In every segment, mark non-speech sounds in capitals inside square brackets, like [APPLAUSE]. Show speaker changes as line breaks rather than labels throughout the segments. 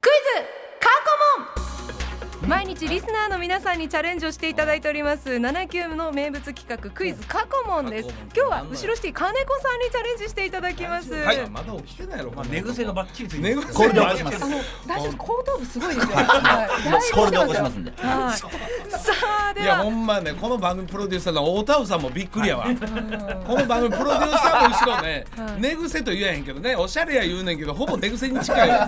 クイズカーコモン毎日リスナーの皆さんにチャレンジをしていただいております7級の名物企画クイズカーコモンです
カーコモン
今日は後ろシティ金子さんにチャレンジしていただきます、
はい、まだ起きてないやろ。
まあ、寝癖がバッチリついて
寝
る
癖
これで起こします
あの大丈夫後頭部すごいですよ、はい、だいぶ
これで起こしますんで
はいさあで
いや
は
ほんまねこの番組プロデューサーの大田尾さんもびっくりやわ、この番組プロデューサーも後ろね、
はい
寝癖と言えへんけどねおしゃれや言うねんけどほぼ寝癖に
[LAUGHS]
近いわ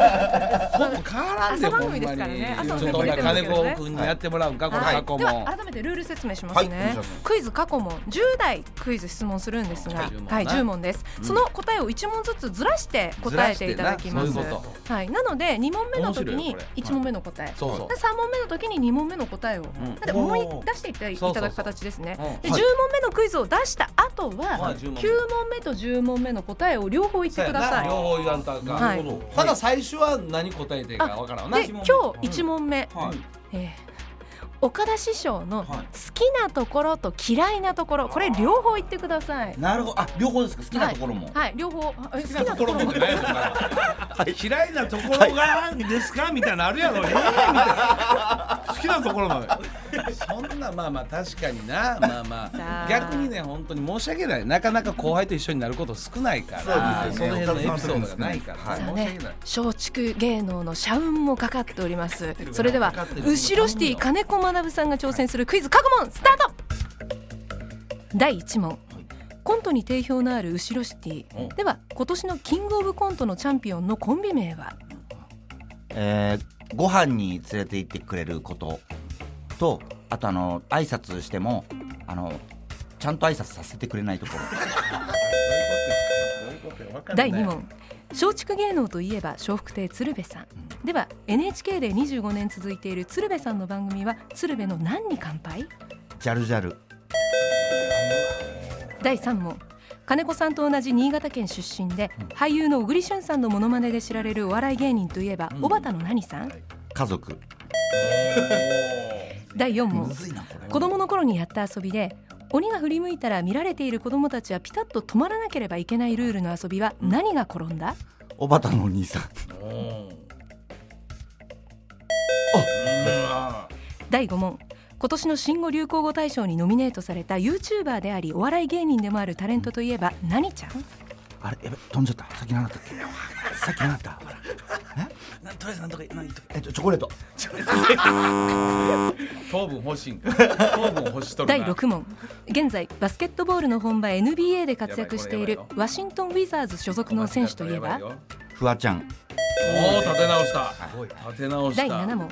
ほぼ変わらんで
朝番
ほんま
組
に
ですからね
ちょ
朝
っ
の
と
ね
ほんなら金子君に
はい
やってもらうんか、
はい
この過
で
去も、
は改めてルール説明します
はいお願い
ね、
します
クイズ過去問10代クイズ質問するんですが、
は
はいい
10問ね
10問です、その答えを1問ずつずらして答えていただきます
ずらしてなそういうこ
はい、なので2問目の時
面白いよ
に
これ
1問目の答え、
そうそう
で3問目の時に2問目の答えを、
ん
なので思い出していっていただく形ですね
そうそうそう
で
うん
10問目のクイズを出した後は
はい
9問目と10問目の答えを両方言ってください
両方言わんとあかん、
はい
ただ最初は何答えていいかわからんな
で今日1問目、
はい
えー岡田師匠の好
はい
きなところと嫌いなところこれ両方言ってください
なるほどあ両方ですか好きなところも
はい両方あえ好き
好きなところもってないやろ [LAUGHS]
嫌いなところがですか、みたいなのあるやろ。えーみたいな好きなところまで。
そんなまあまあ確かになまあ
さ
まあ
あ
逆にね本当に申し訳ないなかなか後輩と一緒になること少ないから
そうですよね
の辺のエピソードがないから、
はい
さあ
申し訳
ね
ない。
松竹芸能の社運もかかっております
る
それでは
かかってる
後ろシティ金子学さんが挑戦するクイズ過去問スタート第1問コントに定評のある後ろシティでは今年のキングオブコントのチャンピオンのコンビ名は
えーご飯に連れて行ってくれることとあとあの挨拶してもあのちゃんと挨拶させてくれない
[LAUGHS]
ところ
第2問松竹芸能といえば笑福亭鶴瓶さんでは NHK で25年続いている鶴瓶さんの番組は鶴瓶の何に乾杯
ジャルジャル
第3問金子さんと同じ新潟県出身で俳優の小栗旬さんのモノマネで知られるお笑い芸人といえば小畑の何さん
家族
第4問
ずいなこれ
子供の頃にやった遊びで鬼が振り向いたら見られている子供たちはピタッと止まらなければいけないルールの遊びは何が転んだ
おばたのお兄さん
第5問今年の新語・流行語大賞にノミネートされた YouTuber でありお笑い芸人でもあるタレントといえば何ちゃん
あれやべ飛んじゃった先何だったっけ先何だったほら
なんとりあえずなんとかなん
[LAUGHS]
とか。
えっとチョコレート
糖分欲しいんか糖分欲しとるな
第6問現在バスケットボールの本場 NBA で活躍している
やばいこれやばいよ
ワシントン・ウィザーズ所属の選手といえば
お
フワちゃん
お立て直した立て直した
第7問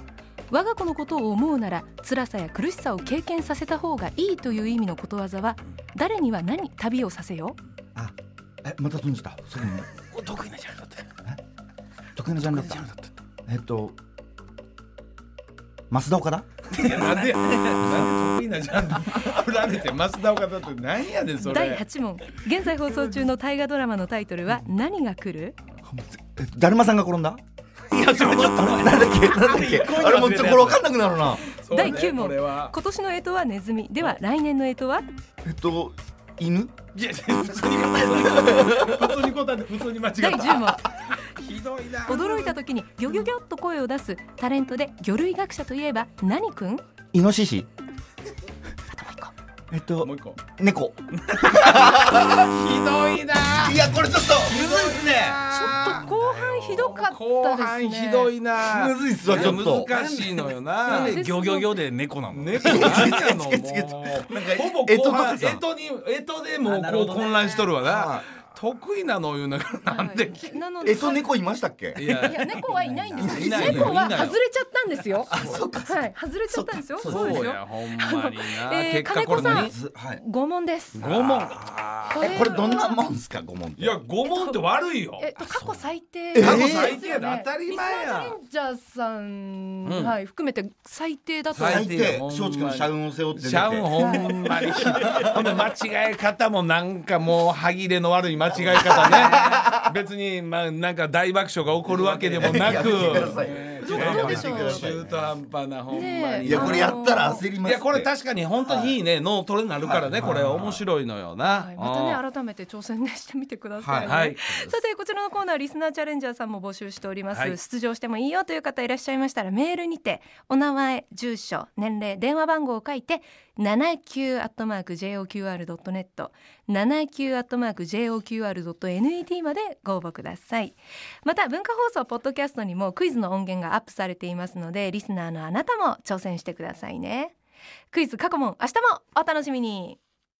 我が子のことを思うなら辛さや苦しさを経験させた方がいいという意味のことわざは誰には何旅をさせよ
あえまた飛んじゃったそれも
お得意なジャンルだった。
得意なジャンルだったえっと増田岡田
いやなんでやなんで得意なジャンル振られて増田岡田ってなんやねんそれ
第8問現在放送中の大河ドラマのタイトルは何が来る
えだるまさんが転んだ
いや、それちょっと
[LAUGHS]
待って。
なんだっけなんだっけあれもうちょっとこれわかんなくなるな
そうね
第9問
これは
今年の干支はネズミでは来年の干支は
えっと犬
いやいや普通に答えた。普通に答えた。普通に間違え
第
た。
10問
ひどいな
驚いた時にギョギョギョっと声を出すタレントで魚類学者といえば何くん
イノシシえっと
もう一個
猫
ひどいない
やこれちょっとむずいっすね
後半ひどか
後
ったで
半
すね
ひどいな
むずいっすわちょっと
難しいのよな
で
ギョギョギョで猫なの。
猫何やのもうほぼ
えっと
後
と
半
か
え
さ
とにえとでもう
あなる
こ
ほど
う
ね
混乱しとるわな
は
得意なのを言うながらなんで
はいなので
えっと猫いましたっけ
い
い
や
や猫はいないんです
い
よ。
ないよ
猫はい外
ない
れ
よ
ちゃったんですよ。はい、外れちゃったんですよ。
そ
そうう
か
です
や
よ。
ほんまにな
えー
結果これ
金
何
子
ずはい
五問です。
5問
こ
えこれどんなもんすか五問って
いや5問って悪いよ
えっと過去最低
過去
最低だ当たり前や
リスナーレンジャーさん、
うん
はい含めて最低だと。
最
最
低
低
ほんまに
松竹の社運を背負って出て
シャウンほんまにひどいほんで間違え方もなんかもう歯切れの悪い間違え方ね別にまあなんか大爆笑が起こるわけでもなく
やめてください
ち
ょっとどうでしょう
中途半端なほんま
ね
に
え
いやこれやったら焦り
い
ます
やこれ
って
確かに本当にいいね脳トレになるからねこれ面白いのよな
はい、またね改めて挑戦ねしてみてくださいね、
はいはい
さてこちらのコーナーリスナーチャレンジャーさんも募集しております、
はい
出場してもいいよという方いらっしゃいましたらメールにてお名前住所年齢電話番号を書いて79アットマーク JOQR.net 79アットマーク JOQR.net までご応募くださいまた文化放送ポッドキャストにもクイズの音源がアップされていますのでリスナーのあなたも挑戦してくださいねクイズ過去問明日もお楽しみに